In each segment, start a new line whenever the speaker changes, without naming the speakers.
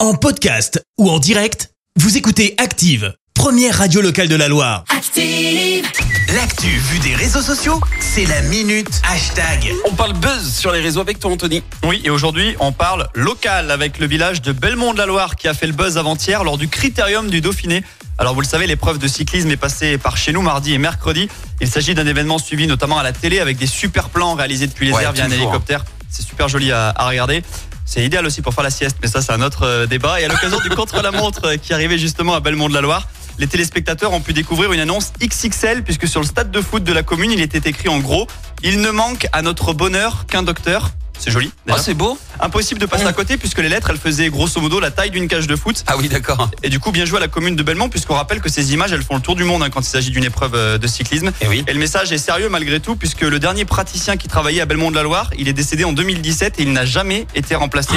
En podcast ou en direct, vous écoutez Active, première radio locale de la Loire.
Active.
L'actu vue des réseaux sociaux, c'est la minute hashtag.
On parle buzz sur les réseaux avec toi, Anthony.
Oui, et aujourd'hui, on parle local avec le village de Belmont-de-la-Loire qui a fait le buzz avant-hier lors du Critérium du Dauphiné. Alors, vous le savez, l'épreuve de cyclisme est passée par chez nous mardi et mercredi. Il s'agit d'un événement suivi notamment à la télé avec des super plans réalisés depuis les
Ouais,
airs via un
toujours, hein.
hélicoptère. C'est super joli à, à regarder. C'est idéal aussi pour faire la sieste, mais ça, c'est un autre euh, débat. Et à l'occasion du contre-la-montre euh, qui arrivait justement à Belmont-de-la-Loire, les téléspectateurs ont pu découvrir une annonce XXL puisque sur le stade de foot de la commune, il était écrit en gros Il ne manque à notre bonheur qu'un docteur. C'est joli.
Ah,
d'ailleurs.
c'est beau.
Impossible de passer à côté puisque les lettres, elles faisaient grosso modo la taille d'une cage de foot.
Ah oui, d'accord.
Et du coup, bien joué à la commune de Belmont puisqu'on rappelle que ces images, elles font le tour du monde hein, quand il s'agit d'une épreuve euh, de cyclisme.
Et oui.
Et le message est sérieux malgré tout puisque le dernier praticien qui travaillait à Belmont de la Loire, il est décédé en 2017 et il n'a jamais été remplacé.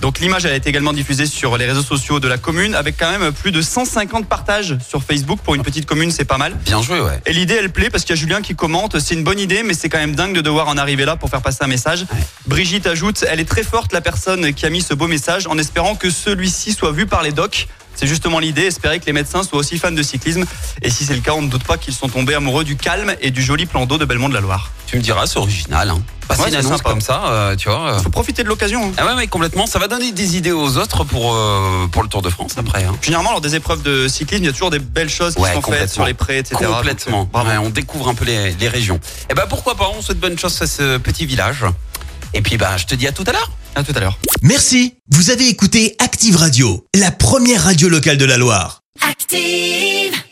Donc l'image elle a été également diffusée sur les réseaux sociaux de la commune avec quand même plus de 150 partages sur Facebook pour une petite commune, c'est pas mal.
Bien joué, ouais.
Et l'idée, elle plaît parce qu'il y a Julien qui commente. C'est une bonne idée, mais c'est quand même dingue de devoir en arriver là pour faire passer un message. Brigitte ajoute Elle est très forte, la personne qui a mis ce beau message, en espérant que celui-ci soit vu par les docs. C'est justement l'idée, espérer que les médecins soient aussi fans de cyclisme. Et si c'est le cas, on ne doute pas qu'ils sont tombés amoureux du calme et du joli plan d'eau de Belmont de la Loire.
Tu me diras, c'est original. Hein. Passer
Ouais,
une
c'est
annonce
sympa.
comme ça, euh, tu vois. euh.
Faut profiter de l'occasion. hein.
Ah ouais, ouais, complètement. Ça va donner des idées aux autres pour, euh, pour le Tour de France après. hein.
Généralement, lors des épreuves de cyclisme, il y a toujours des belles choses qui
Ouais,
sont faites
complètement.
sur les prés, etc.
Complètement.
Donc, euh, bravo.
Ouais, on découvre un peu les, les régions. Et ben pourquoi pas, on souhaite bonne chance à ce petit village. Et puis bah je te dis à tout à l'heure.
euh, À tout à l'heure.
Merci, vous avez écouté Active Radio, la première radio locale de la Loire.
Active.